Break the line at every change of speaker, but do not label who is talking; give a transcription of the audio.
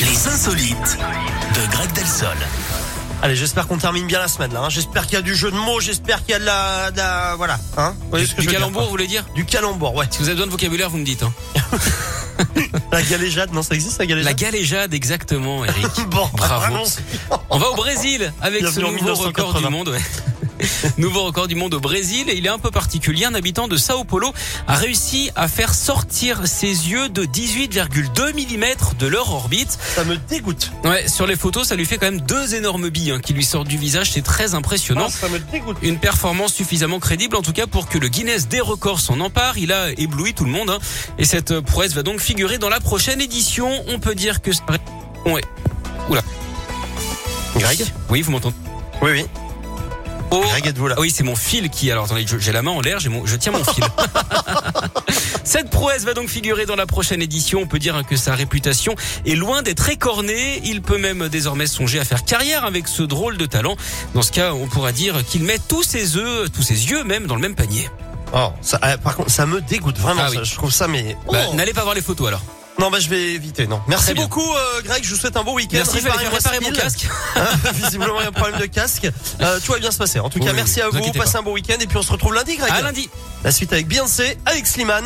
Les insolites de Greg Delsol.
Allez, j'espère qu'on termine bien la semaine là. hein. J'espère qu'il y a du jeu de mots, j'espère qu'il y a de la, de la- voilà. Hein Vous voyez
Du,
ce que
du
je veux dire
calembour, vous voulez dire
Du calembour, ouais.
Si vous avez besoin de vocabulaire, vous me dites. hein.
La galéjade, non, ça existe la galéjade.
La galéjade, exactement, Eric.
Bon,
Bravo.
vraiment.
On va au Brésil avec ce
Bienvenue en
nouveau record du
1980.
monde. ouais. nouveau record du monde au Brésil. Et il est un peu particulier. Un habitant de Sao Paulo a réussi à faire sortir ses yeux de 18,2 mm de leur orbite.
Ça me dégoûte.
Ouais, sur les photos, ça lui fait quand même deux énormes billes hein, qui lui sortent du visage. C'est très impressionnant.
Ah, ça me dégoûte.
Une performance suffisamment crédible, en tout cas pour que le Guinness des records s'en empare. Il a ébloui tout le monde. hein. Et cette euh, prouesse va donc figurer dans la prochaine édition. On peut dire que... ça- Ouais. Oula.
Greg
Oui, vous m'entendez
Oui, oui.
Oh,
Greg, êtes-vous là
ah oui, c'est mon fil qui. Alors attendez, je- j'ai la main en l'air, j'ai mon, je tiens mon fil. Cette prouesse va donc figurer dans la prochaine édition. On peut dire hein, que sa réputation est loin d'être écornée. Il peut même désormais songer à faire carrière avec ce drôle de talent. Dans ce cas, on pourra dire qu'il met tous ses œufs, tous ses yeux même dans le même panier.
Oh, ça, ah, par contre, ça me dégoûte vraiment.
Ah oui.
ça, je trouve ça, mais.
Bah,
Oh.
N'allez pas voir les photos alors.
non, bah je vais éviter. Non. Merci
Très bien.
beaucoup, euh, Greg. Je vous souhaite un beau week-end.
Merci, je vais aller
Réparez-moi
réparer
ce
mon
pile.
casque.
Hein, Visiblement, il y a un problème de casque. Euh, tout va bien se passer. En tout cas,
Oui,
merci à
vous
vous.
inquiétez
Passez un beau week-end et puis on se retrouve lundi, Greg.
À lundi.
La suite avec Beyoncé, avec Slimane.